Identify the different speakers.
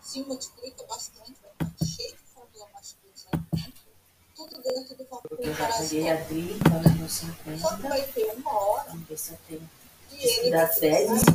Speaker 1: cima de clica bastante, vai ficar cheio de folha masculina dentro. Tudo dentro do vapor
Speaker 2: Eu já
Speaker 1: para as
Speaker 2: peguei a
Speaker 1: costas.